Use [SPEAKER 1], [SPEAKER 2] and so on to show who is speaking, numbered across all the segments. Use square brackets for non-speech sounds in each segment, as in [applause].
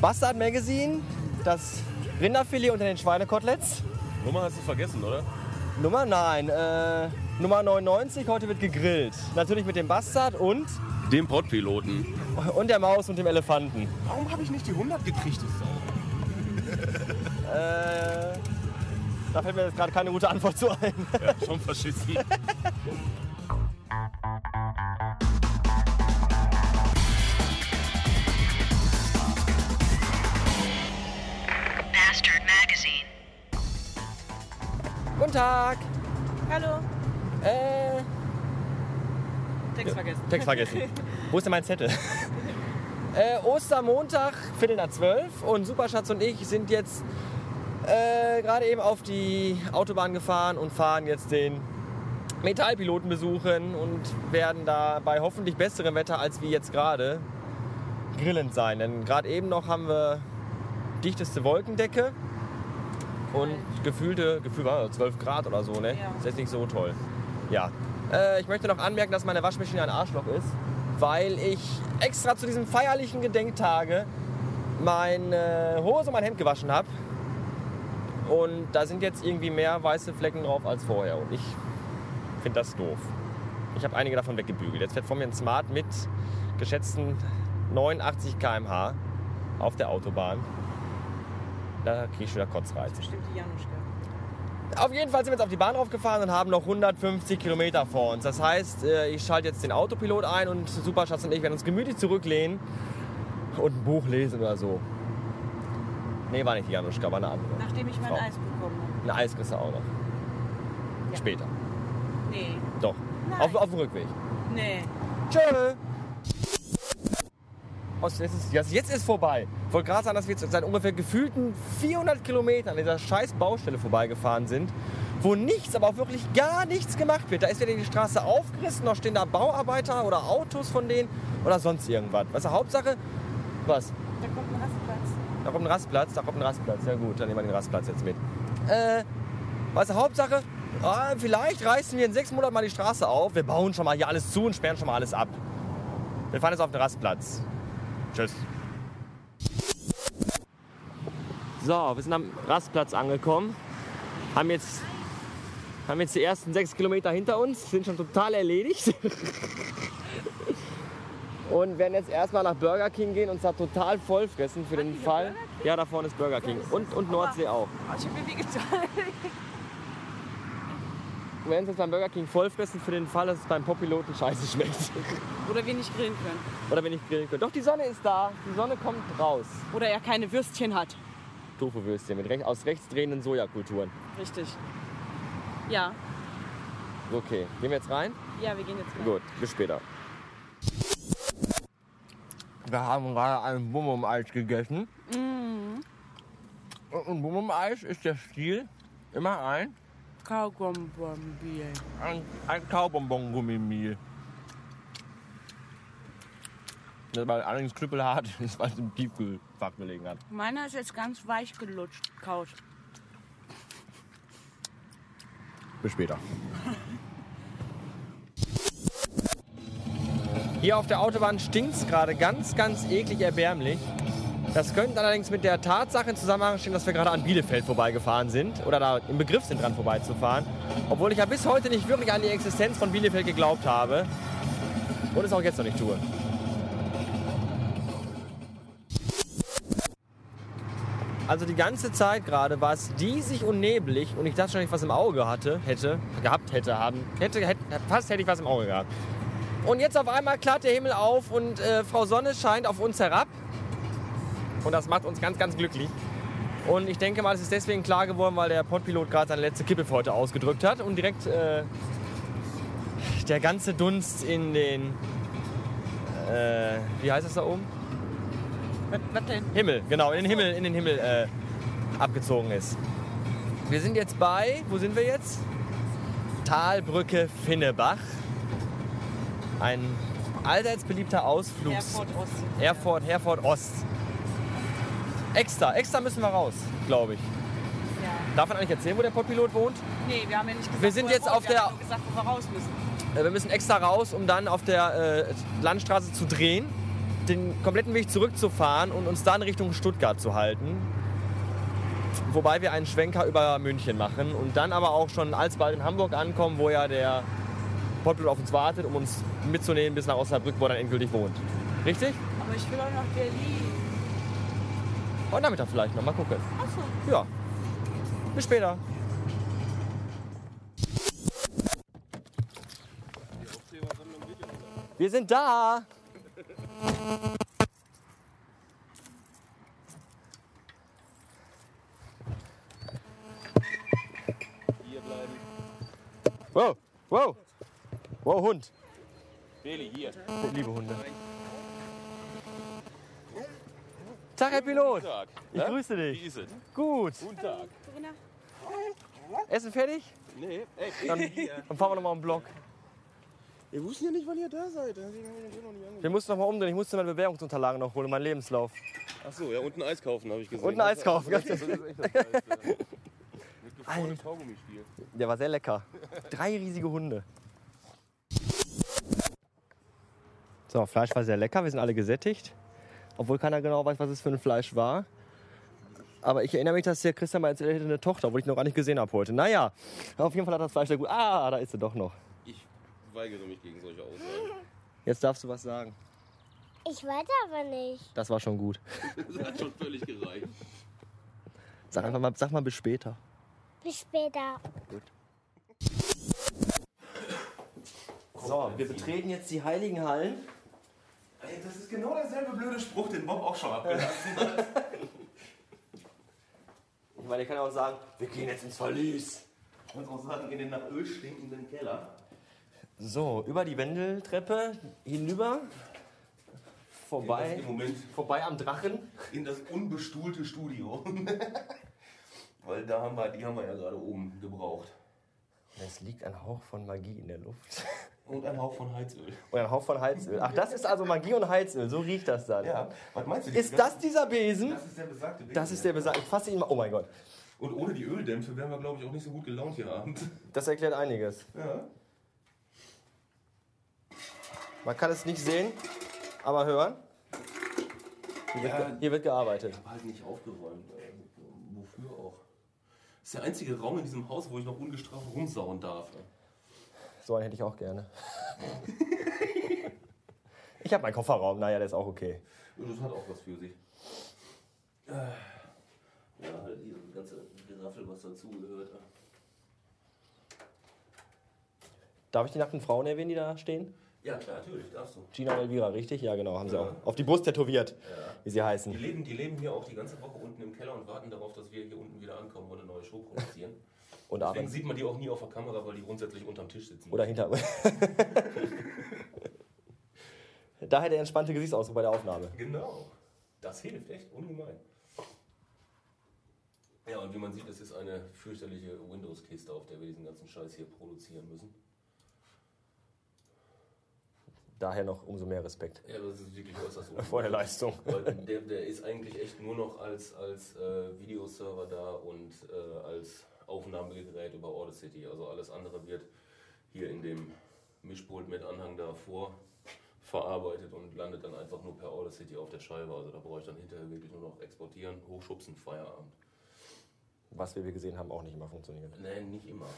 [SPEAKER 1] Bastard Magazine, das Rinderfilet unter den Schweinekoteletts.
[SPEAKER 2] Nummer hast du vergessen, oder?
[SPEAKER 1] Nummer nein, äh, Nummer 99, heute wird gegrillt. Natürlich mit dem Bastard und,
[SPEAKER 2] Dem Podpiloten.
[SPEAKER 1] und der Maus und dem Elefanten.
[SPEAKER 3] Warum habe ich nicht die 100 gekriegt?
[SPEAKER 1] Äh, da fällt mir jetzt gerade keine gute Antwort zu ein.
[SPEAKER 2] Ja, [laughs] schon verschissen.
[SPEAKER 4] Bastard Magazine.
[SPEAKER 1] Guten Tag.
[SPEAKER 5] Hallo.
[SPEAKER 1] Äh,
[SPEAKER 5] Text vergessen.
[SPEAKER 1] Text
[SPEAKER 5] [laughs]
[SPEAKER 1] vergessen. Wo ist denn mein Zettel? [laughs] Äh, Ostermontag, Viertel nach zwölf und Superschatz und ich sind jetzt äh, gerade eben auf die Autobahn gefahren und fahren jetzt den Metallpiloten besuchen und werden da bei hoffentlich besserem Wetter als wie jetzt gerade grillend sein. Denn gerade eben noch haben wir dichteste Wolkendecke und gefühlte, gefühlt waren es 12 Grad oder so, ne?
[SPEAKER 5] Ja.
[SPEAKER 1] Ist jetzt nicht so toll. Ja. Äh, ich möchte noch anmerken, dass meine Waschmaschine ein Arschloch ist, weil ich extra zu diesem feierlichen Gedenktage meine Hose und mein Hemd gewaschen habe. Und da sind jetzt irgendwie mehr weiße Flecken drauf als vorher. Und ich finde das doof. Ich habe einige davon weggebügelt. Jetzt fährt vor mir ein Smart mit geschätzten 89 km/h auf der Autobahn. Da kriege ich schon wieder Kotzreiz.
[SPEAKER 5] Bestimmt die Januschka.
[SPEAKER 1] Auf jeden Fall sind wir jetzt auf die Bahn draufgefahren und haben noch 150 Kilometer vor uns. Das heißt, äh, ich schalte jetzt den Autopilot ein und Superschatz und ich werden uns gemütlich zurücklehnen und ein Buch lesen oder so. Nee, war nicht die Januschka, war eine andere.
[SPEAKER 5] Nachdem ich mein
[SPEAKER 1] Frau.
[SPEAKER 5] Eis bekommen
[SPEAKER 1] Eine Eiskresse auch noch.
[SPEAKER 5] Ja.
[SPEAKER 1] Später.
[SPEAKER 5] habe. Nee.
[SPEAKER 1] Doch.
[SPEAKER 5] Nein.
[SPEAKER 1] Auf, auf dem Rückweg.
[SPEAKER 5] Nee.
[SPEAKER 1] Tschö. Aus- Jetzt ist, jetzt- jetzt ist vorbei. Ich wollte gerade sagen, dass wir jetzt seit ungefähr gefühlten 400 Kilometern an dieser scheiß Baustelle vorbeigefahren sind, wo nichts, aber auch wirklich gar nichts gemacht wird. Da ist wieder die Straße aufgerissen, noch stehen da Bauarbeiter oder Autos von denen oder sonst irgendwas. Weißt du, Hauptsache, was?
[SPEAKER 5] Da kommt ein Rastplatz.
[SPEAKER 1] Da kommt ein Rastplatz, da kommt ein Rastplatz. Ja gut, dann nehmen wir den Rastplatz jetzt mit. Äh, weißt du, Hauptsache, ah, vielleicht reißen wir in sechs Monaten mal die Straße auf. Wir bauen schon mal hier alles zu und sperren schon mal alles ab. Wir fahren jetzt auf den Rastplatz. Tschüss. So, wir sind am Rastplatz angekommen. Haben jetzt, haben jetzt die ersten sechs Kilometer hinter uns, sind schon total erledigt. Und werden jetzt erstmal nach Burger King gehen und zwar total voll fressen für den Fall. Ja, da vorne ist Burger King. Und, und Nordsee auch.
[SPEAKER 5] Oh, ich hab mir wehgetan.
[SPEAKER 1] Wir werden uns jetzt beim Burger King voll fressen für den Fall, dass es beim Popiloten scheiße schmeckt. [laughs]
[SPEAKER 5] Oder wir nicht grillen können.
[SPEAKER 1] Oder wenn ich grillen könnte. Doch, die Sonne ist da. Die Sonne kommt raus.
[SPEAKER 5] Oder er keine Würstchen hat.
[SPEAKER 1] Tofu-Würstchen mit recht, aus rechtsdrehenden Sojakulturen.
[SPEAKER 5] Richtig. Ja.
[SPEAKER 1] Okay, gehen wir jetzt rein?
[SPEAKER 5] Ja, wir gehen jetzt mal.
[SPEAKER 1] Gut, bis später. Wir haben gerade ein Bumum-Eis gegessen. Mhm. Und ein Bumum-Eis ist der Stil immer ein,
[SPEAKER 5] Kaugummibier.
[SPEAKER 1] ein, ein Kaubonbon-Gummimiel. Das war allerdings knüppelhart, [laughs] ist, weil es im Tiefkühlfach gelegen hat.
[SPEAKER 5] Meiner ist jetzt ganz weich gelutscht. Kaut.
[SPEAKER 1] Bis später. Hier auf der Autobahn stinkt es gerade ganz, ganz eklig erbärmlich. Das könnte allerdings mit der Tatsache in Zusammenhang stehen, dass wir gerade an Bielefeld vorbeigefahren sind oder da im Begriff sind, dran vorbeizufahren. Obwohl ich ja bis heute nicht wirklich an die Existenz von Bielefeld geglaubt habe und es auch jetzt noch nicht tue. Also die ganze Zeit gerade war es diesig und neblig und ich dachte schon, dass ich was im Auge hatte, hätte, gehabt hätte, haben, hätte, hätte, fast hätte ich was im Auge gehabt. Und jetzt auf einmal klart der Himmel auf und äh, Frau Sonne scheint auf uns herab und das macht uns ganz, ganz glücklich. Und ich denke mal, es ist deswegen klar geworden, weil der Podpilot gerade seine letzte Kippe für heute ausgedrückt hat und direkt äh, der ganze Dunst in den, äh, wie heißt das da oben?
[SPEAKER 5] Was, was denn?
[SPEAKER 1] Himmel, genau, in den Himmel, in den Himmel äh, abgezogen ist. Wir sind jetzt bei, wo sind wir jetzt? Talbrücke Finnebach. Ein allseits beliebter Ausflugs
[SPEAKER 5] Erfurt Ost.
[SPEAKER 1] Erfurt, Herford Ost. Extra, extra müssen wir raus, glaube ich.
[SPEAKER 5] Ja.
[SPEAKER 1] Darf man eigentlich erzählen, wo der Podpilot wohnt?
[SPEAKER 5] Nee, wir haben ja nicht gesagt,
[SPEAKER 1] Wir sind
[SPEAKER 5] wo er
[SPEAKER 1] jetzt
[SPEAKER 5] wohnt.
[SPEAKER 1] auf
[SPEAKER 5] wir
[SPEAKER 1] der-
[SPEAKER 5] haben nur gesagt, wo wir raus müssen.
[SPEAKER 1] Äh, Wir müssen extra raus, um dann auf der äh, Landstraße zu drehen. den kompletten Weg zurückzufahren und uns dann Richtung Stuttgart zu halten. Wobei wir einen Schwenker über München machen und dann aber auch schon alsbald in Hamburg ankommen, wo ja der Pottblut auf uns wartet, um uns mitzunehmen bis nach Osnabrück, wo er dann endgültig wohnt. Richtig?
[SPEAKER 5] Aber ich will auch nach Berlin.
[SPEAKER 1] Heute Nachmittag vielleicht noch, mal gucken.
[SPEAKER 5] Achso.
[SPEAKER 1] Ja. Bis später. Wir sind da.
[SPEAKER 2] Hier bleiben.
[SPEAKER 1] Wow, wow. Wow, Hund. Oh,
[SPEAKER 2] Beli, hier.
[SPEAKER 1] Liebe Hunde. Tag, Herr Pilot.
[SPEAKER 2] Tag.
[SPEAKER 1] Ich grüße
[SPEAKER 2] Wie
[SPEAKER 1] dich.
[SPEAKER 2] ist es?
[SPEAKER 1] Gut.
[SPEAKER 2] Guten Tag.
[SPEAKER 1] Essen fertig?
[SPEAKER 2] Nee, ey,
[SPEAKER 1] Dann fahren wir nochmal im Block.
[SPEAKER 3] Wir wussten ja nicht, wann ihr da seid. Deswegen haben wir den Grill noch nicht angefangen.
[SPEAKER 1] Wir mussten nochmal umdrehen. um, Ich musste meine Bewährungsunterlagen noch holen, meinen Lebenslauf.
[SPEAKER 2] Ach so, ja, und ein Eis kaufen, habe ich gesehen.
[SPEAKER 1] Und ein Eis kaufen. ganz-
[SPEAKER 2] Das ist echt das Eis. ja. Mit gefrorenem Kaugummi-Spiel.
[SPEAKER 1] [laughs] Der war sehr lecker. Drei riesige Hunde. So, Fleisch war sehr lecker. Wir sind alle gesättigt. Obwohl keiner genau weiß, was es für ein Fleisch war. Aber ich erinnere mich, dass der Christian mal erzählt hätte, eine Tochter, obwohl ich noch gar nicht gesehen habe heute. Naja, auf jeden Fall hat das Fleisch sehr gut. Ah, da ist sie doch noch.
[SPEAKER 2] Ich weigere mich gegen solche
[SPEAKER 3] [laughs]
[SPEAKER 2] Aussagen.
[SPEAKER 1] Jetzt darfst du was sagen.
[SPEAKER 4] Ich weiß aber nicht.
[SPEAKER 1] Das war schon gut.
[SPEAKER 2] Das hat schon völlig gereicht.
[SPEAKER 1] Sag einfach mal, sag mal bis später.
[SPEAKER 4] Bis später.
[SPEAKER 1] So, wir betreten jetzt die heiligen Hallen.
[SPEAKER 3] Ey, das ist genau derselbe blöde Spruch, den Bob auch schon abgelassen hat.
[SPEAKER 1] Ich meine, ich kann auch sagen, wir gehen jetzt ins Verlies.
[SPEAKER 3] Und auch sagen, in den nach Öl stinkenden Keller.
[SPEAKER 1] So, über die Wendeltreppe hinüber. Vorbei.
[SPEAKER 3] Im Moment
[SPEAKER 1] Vorbei am Drachen.
[SPEAKER 3] in das unbestuhlte Studio. [laughs] Weil da haben wir, die haben wir ja gerade oben gebraucht.
[SPEAKER 1] Es liegt ein Hauch von Magie in der Luft.
[SPEAKER 3] Und ein Hauch von Heizöl.
[SPEAKER 1] Und ein Hauch von Heizöl. Ach, das ist also Magie und Heizöl. So riecht das dann.
[SPEAKER 3] Ja, was meinst du? die-
[SPEAKER 1] Ist das dieser Besen?
[SPEAKER 3] Das ist der besagte Besen.
[SPEAKER 1] Das ist der Besatz. Ich fasse ihn mal. Oh mein Gott.
[SPEAKER 3] Und ohne die Öldämpfe wären wir, glaube ich, auch nicht so gut gelaunt hier abend.
[SPEAKER 1] Das erklärt einiges.
[SPEAKER 3] Ja.
[SPEAKER 1] Man kann es nicht sehen, aber hören. Hier wird, ge- hier wird gearbeitet.
[SPEAKER 3] War halt nicht aufgeräumt. äh, Wofür auch? Ist der einzige Raum in diesem Haus, wo ich noch ungestraft rumsauen darf.
[SPEAKER 1] So einen hätte ich auch gerne.
[SPEAKER 3] [laughs]
[SPEAKER 1] Ich habe meinen Kofferraum. Naja, der ist auch okay.
[SPEAKER 3] Und das hat auch was für sich. Äh, Ja, halt dieses ganze Geraffel, was dazugehört.
[SPEAKER 1] Darf ich die nackten Frauen erwähnen, die da stehen?
[SPEAKER 3] Ja, klar, natürlich, darfst du.
[SPEAKER 1] Gina und Elvira, richtig? Ja, genau, haben sie auch. Auf die Brust tätowiert, wie sie
[SPEAKER 3] Die
[SPEAKER 1] heißen.
[SPEAKER 3] leben, die leben hier auch die ganze Woche unten im Keller und warten darauf, dass wir hier unten wieder ankommen und eine neue Show produzieren.
[SPEAKER 1] Und
[SPEAKER 3] Deswegen
[SPEAKER 1] abends.
[SPEAKER 3] sieht man die auch nie auf der Kamera, weil die grundsätzlich unterm Tisch sitzen.
[SPEAKER 1] Oder
[SPEAKER 3] [laughs]
[SPEAKER 1] hinter. Daher der entspannte Gesichtsausdruck bei der Aufnahme.
[SPEAKER 3] Genau. Das hilft echt ungemein. Ja, und wie man sieht, es ist eine fürchterliche Windows-Kiste, auf der wir diesen ganzen Scheiß hier produzieren müssen.
[SPEAKER 1] Daher noch umso mehr Respekt
[SPEAKER 3] Ja, aber das ist wirklich äußerst ungemein.
[SPEAKER 1] vor der Leistung.
[SPEAKER 3] Weil [laughs] der, der ist eigentlich echt nur noch als, als äh, Videoserver da und äh, als Aufnahmegerät über Audacity. Also alles andere wird hier in dem Mischpult mit Anhang davor verarbeitet und landet dann einfach nur per Audacity auf der Scheibe. Also da brauche ich dann hinterher wirklich nur noch exportieren, hochschubsen, Feierabend.
[SPEAKER 1] Was wir gesehen haben, auch nicht immer funktioniert.
[SPEAKER 3] Nee, nicht immer.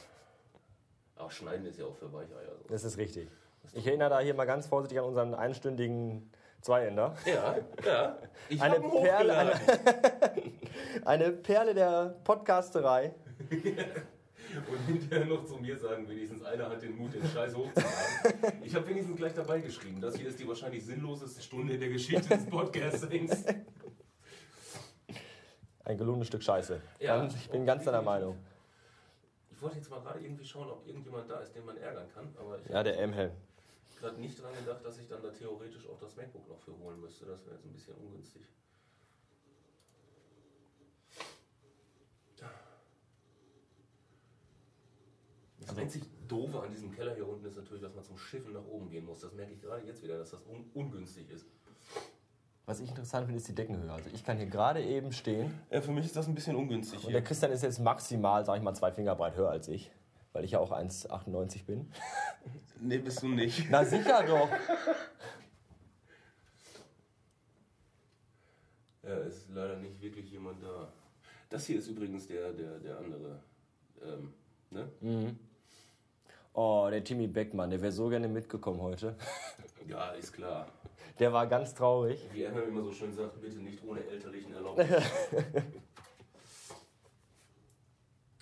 [SPEAKER 3] Aber schneiden ist ja auch für Weicheier so.
[SPEAKER 1] Das ist richtig. Ich erinnere da hier mal ganz vorsichtig an unseren einstündigen Zweiender.
[SPEAKER 3] Ja, ja. Ich
[SPEAKER 1] Eine
[SPEAKER 3] hab ihn
[SPEAKER 1] Perle,
[SPEAKER 3] hochgeladen.
[SPEAKER 1] Eine Perle der Podcasterei.
[SPEAKER 3] Und hinterher noch zu mir sagen, wenigstens einer hat den Mut, den Scheiß hochzuladen. Ich habe wenigstens gleich dabei geschrieben, das hier ist die wahrscheinlich sinnloseste Stunde der Geschichte des Podcastings.
[SPEAKER 1] Ein gelungenes Stück Scheiße.
[SPEAKER 3] Ja.
[SPEAKER 1] Ganz- Ich bin ganz deiner Meinung.
[SPEAKER 3] Ich wollte jetzt mal gerade irgendwie schauen, ob irgendjemand da ist, den man ärgern kann, aber ich
[SPEAKER 1] Ja, der M-Helm.
[SPEAKER 3] habe gerade nicht dran gedacht, dass ich dann da theoretisch auch das MacBook noch für holen müsste. Das wäre jetzt ein bisschen ungünstig.
[SPEAKER 2] Also-
[SPEAKER 3] Das einzig Doofe an diesem Keller hier unten ist natürlich, dass man zum Schiffen nach oben gehen muss. Das merke ich gerade jetzt wieder, dass das un ungünstig ist.
[SPEAKER 1] Was ich interessant finde, ist die Deckenhöhe. Also ich kann hier gerade eben stehen.
[SPEAKER 2] Ja, Äh, für mich ist das ein bisschen ungünstig
[SPEAKER 1] Und der Christian ist jetzt maximal, sag ich mal, zwei Finger breit höher als ich. Weil ich ja auch 1,98 bin.
[SPEAKER 2] Nee, bist du nicht.
[SPEAKER 1] Na sicher doch.
[SPEAKER 3] Ja, ist leider nicht wirklich jemand da. Das hier ist übrigens der, der, der andere. Ähm, ne?
[SPEAKER 1] Oh, der Timmy Beckmann, der wäre so gerne mitgekommen heute.
[SPEAKER 3] Ja, ist klar.
[SPEAKER 1] Der war ganz traurig.
[SPEAKER 3] Wie Emma immer so schön sagt, bitte nicht ohne elterlichen [laughs] Erlaubnis.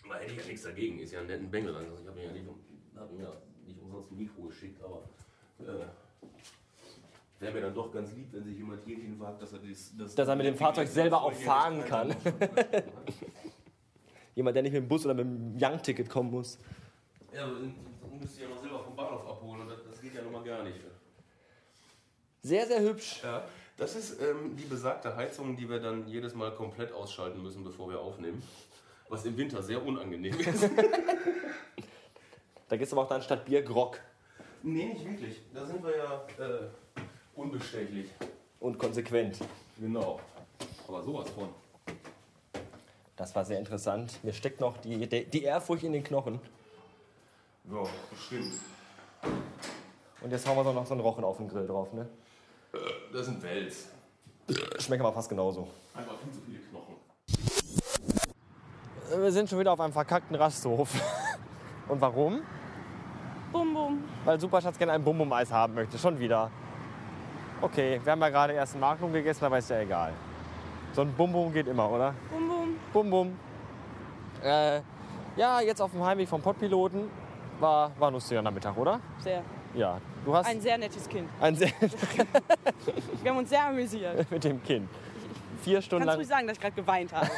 [SPEAKER 3] Da hätte ich ja nichts dagegen, ist ja ein netten Bengel. Also ich habe ihn ja nicht, um- hab ihm ja nicht umsonst ein Mikro geschickt, aber äh, wäre mir dann doch ganz lieb, wenn sich jemand hierhin wagt, dass er, dies, das,
[SPEAKER 1] Dass er mit dem Fahrzeug selber auch fahren kann. [laughs] Jemand, der nicht mit dem Bus oder mit dem Young-Ticket kommen muss.
[SPEAKER 3] Ja, aber du musst ja noch selber vom Bahnhof abholen und das, das geht ja nun mal gar nicht.
[SPEAKER 1] Sehr, sehr hübsch.
[SPEAKER 3] Ja, das ist ähm, die besagte Heizung, die wir dann jedes Mal komplett ausschalten müssen, bevor wir aufnehmen. Was im Winter sehr unangenehm ist.
[SPEAKER 1] Da gibt's aber auch dann statt Bier Grog
[SPEAKER 3] nee, nicht wirklich. Da sind wir ja äh, unbestechlich.
[SPEAKER 1] und konsequent.
[SPEAKER 3] Genau. Aber sowas von.
[SPEAKER 1] Das war sehr interessant. Mir steckt noch die, die die Ehrfurcht in den Knochen.
[SPEAKER 3] Ja, bestimmt.
[SPEAKER 1] Und jetzt hauen wir so noch so einen Rochen auf den Grill drauf, ne?
[SPEAKER 3] Das sind Wels.
[SPEAKER 1] Schmeckt aber fast genauso.
[SPEAKER 3] Einfach viel zu viele Knochen.
[SPEAKER 1] Äh, Wir sind schon wieder auf einem verkackten Rasthof. [laughs] Und warum?
[SPEAKER 5] Bum, bum.
[SPEAKER 1] Weil Superschatz gerne ein Bum-Bum-Eis haben möchte. Schon wieder. Okay, wir haben ja gerade erst einen Magnum gegessen, aber ist ja egal. So ein Bum-Bum geht immer, oder?
[SPEAKER 5] Bum, bum.
[SPEAKER 1] Bum-Bum. Äh, ja, jetzt auf dem Heimweg vom Pottpiloten war, war ein lustiger Nachmittag, oder?
[SPEAKER 5] Sehr.
[SPEAKER 1] Ja. Du hast
[SPEAKER 5] Ein sehr nettes Kind.
[SPEAKER 1] ein sehr
[SPEAKER 5] Wir haben uns sehr amüsiert.
[SPEAKER 1] mit dem Kind. Vier Stunden,
[SPEAKER 5] Kannst du
[SPEAKER 1] lang,
[SPEAKER 5] ruhig sagen, dass ich gerade geweint habe?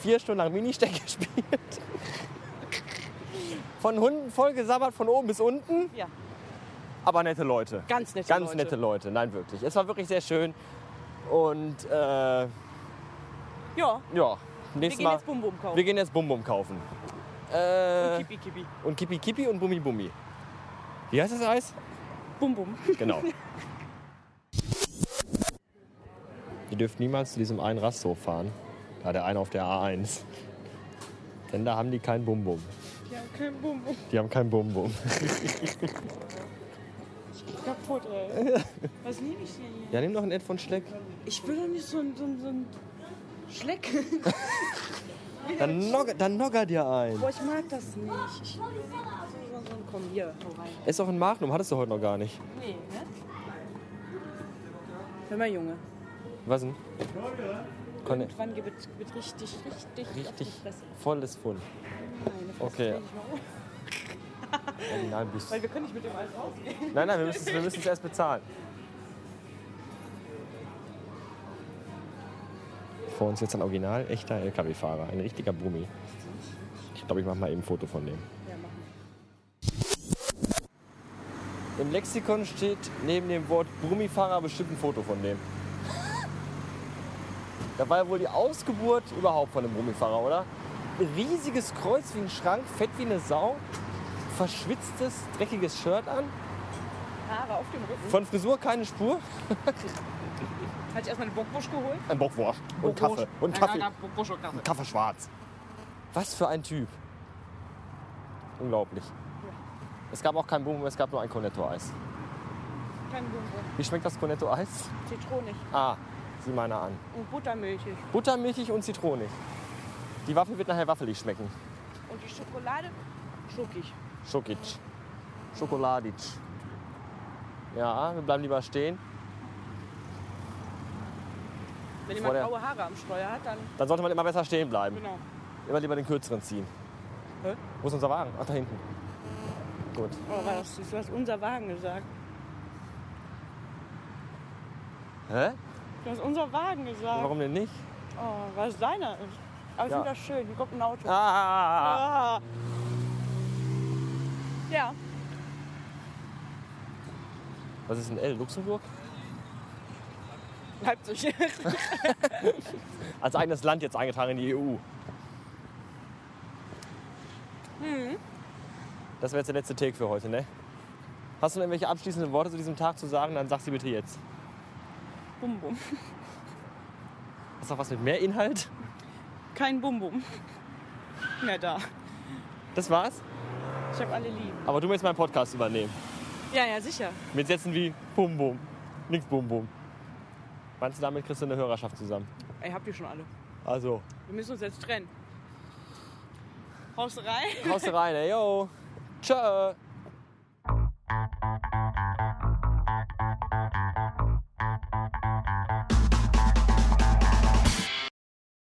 [SPEAKER 1] vier Stunden lang Ministeck [laughs] gespielt. Von Hunden vollgesabbert von oben bis unten.
[SPEAKER 5] Ja,
[SPEAKER 1] Aber nette Leute.
[SPEAKER 5] ganz
[SPEAKER 1] [laughs]
[SPEAKER 5] nette
[SPEAKER 1] Ganz
[SPEAKER 5] Leute.
[SPEAKER 1] nette Leute, nein, wirklich. Es war wirklich sehr schön. Und äh, ja,
[SPEAKER 5] Ja, wir
[SPEAKER 1] nächstes
[SPEAKER 5] gehen
[SPEAKER 1] Mal.
[SPEAKER 5] jetzt Bum, bum kaufen.
[SPEAKER 1] wir gehen jetzt Bum Bum kaufen. Äh,
[SPEAKER 5] Kippi, kippi.
[SPEAKER 1] und Kippi Kippi und Bummi Bummi. Wie heißt das Eis?
[SPEAKER 5] Bum, bum.
[SPEAKER 1] Genau. [laughs] Ihr dürft niemals zu diesem einen Rasthof fahren. Da der eine auf der A1. Denn da haben die kein Bum-Bum.
[SPEAKER 5] Die haben kein Bum, bum.
[SPEAKER 1] Die haben kein Bum-Bum.
[SPEAKER 5] Kaputt, ey. Was nehme ich denn hier?
[SPEAKER 1] Ja, nimm doch ein Ed von Schleck.
[SPEAKER 5] Ich will doch nicht so ein, so ein, so ein Schleck.
[SPEAKER 1] Dann nogger, dann nogger dir ein.
[SPEAKER 5] Boah, ich mag das nicht. Ich will so, so ein Komm hier, hau rein.
[SPEAKER 1] Ist doch ein Magnum, hattest du heute noch gar nicht.
[SPEAKER 5] Oh, Nee, ne? Hör mal, Junge.
[SPEAKER 1] Was denn? Conne
[SPEAKER 5] Wann gibt es richtig, richtig,
[SPEAKER 1] Richtig.
[SPEAKER 5] Auf die Fresse.
[SPEAKER 1] volles Fund.
[SPEAKER 5] Meine Fresse,
[SPEAKER 1] Okay.
[SPEAKER 5] dreh dich mal um.
[SPEAKER 1] [laughs] Nein, bist
[SPEAKER 5] Weil wir können nicht mit dem Eis rausgehen.
[SPEAKER 1] Nein, nein, wir müssen es wir müssen's erst bezahlen. Vor uns jetzt ein original echter LKW-Fahrer, ein richtiger Brummi. Ich glaube, ich mache mal eben ein Foto von dem.
[SPEAKER 5] Ja, machen
[SPEAKER 1] Im Lexikon steht neben dem Wort Brummifahrer bestimmt ein Foto von dem. Da war ja wohl die Ausgeburt überhaupt von einem Brummifahrer, oder? Ein riesiges Kreuz wie ein Schrank, fett wie eine Sau, verschwitztes, dreckiges Shirt an,
[SPEAKER 5] wir. Haare auf dem Rücken.
[SPEAKER 1] von Frisur keine Spur.
[SPEAKER 5] Hat ich erstmal einen Bockwurst geholt?
[SPEAKER 1] Ein Bockwurst und Kaffee. Und Kaffee.
[SPEAKER 5] Ja, Bockwurst und Kaffee.
[SPEAKER 1] Kaffee schwarz. Was für ein Typ. Unglaublich. Es gab auch kein Boom, es gab nur ein Cornetto-Eis.
[SPEAKER 5] Kein Bumbo.
[SPEAKER 1] Wie schmeckt das Cornetto-Eis?
[SPEAKER 5] Zitronig.
[SPEAKER 1] Ah, sieh meiner an.
[SPEAKER 5] Und buttermilchig.
[SPEAKER 1] Buttermilchig und zitronig. Die Waffel wird nachher waffelig schmecken.
[SPEAKER 5] Und die Schokolade schokig.
[SPEAKER 1] Schokic. Schokoladic. Ja, wir bleiben lieber stehen.
[SPEAKER 5] Wenn jemand
[SPEAKER 1] der-
[SPEAKER 5] graue Haare am Steuer hat, dann
[SPEAKER 1] Dann sollte man immer besser stehen bleiben.
[SPEAKER 5] genau.
[SPEAKER 1] Immer lieber den kürzeren ziehen.
[SPEAKER 5] Hä?
[SPEAKER 1] Wo ist unser Wagen? Ach, da hinten. Gut.
[SPEAKER 5] Oh, was, du hast unser Wagen gesagt.
[SPEAKER 1] Hä?
[SPEAKER 5] Du hast unser Wagen gesagt.
[SPEAKER 1] Warum denn nicht?
[SPEAKER 5] Oh, was deiner ist. Aber ich
[SPEAKER 1] Ja.
[SPEAKER 5] finde das schön. Hier kommt ein Auto.
[SPEAKER 1] Ah!
[SPEAKER 5] Ah. Ja,
[SPEAKER 1] Was ist ein L? Luxemburg?
[SPEAKER 5] Leipzig.
[SPEAKER 1] als eigenes Land jetzt eingetragen in die E EU. Hm. Das wäre jetzt der letzte Take für heute, ne? Hast du noch irgendwelche abschließenden Worte zu diesem Tag zu sagen? Dann sag sie bitte jetzt.
[SPEAKER 5] [laughs] bum, bum.
[SPEAKER 1] Hast du noch was mit mehr Inhalt?
[SPEAKER 5] Kein Bum, bum. Mehr da.
[SPEAKER 1] Das war's.
[SPEAKER 5] Ich habe alle lieb.
[SPEAKER 1] Aber du möchtest meinen Podcast übernehmen.
[SPEAKER 5] Ja, ja, sicher.
[SPEAKER 1] Mit Sätzen wie Bum Bum. Nix Bum Bum. Meinst du, damit kriegst du eine Hörerschaft zusammen?
[SPEAKER 5] Ey, habt ihr schon alle.
[SPEAKER 1] Also,
[SPEAKER 5] Wir müssen uns jetzt trennen. Haust rein.
[SPEAKER 1] haust rein, ey, yo. Tschö.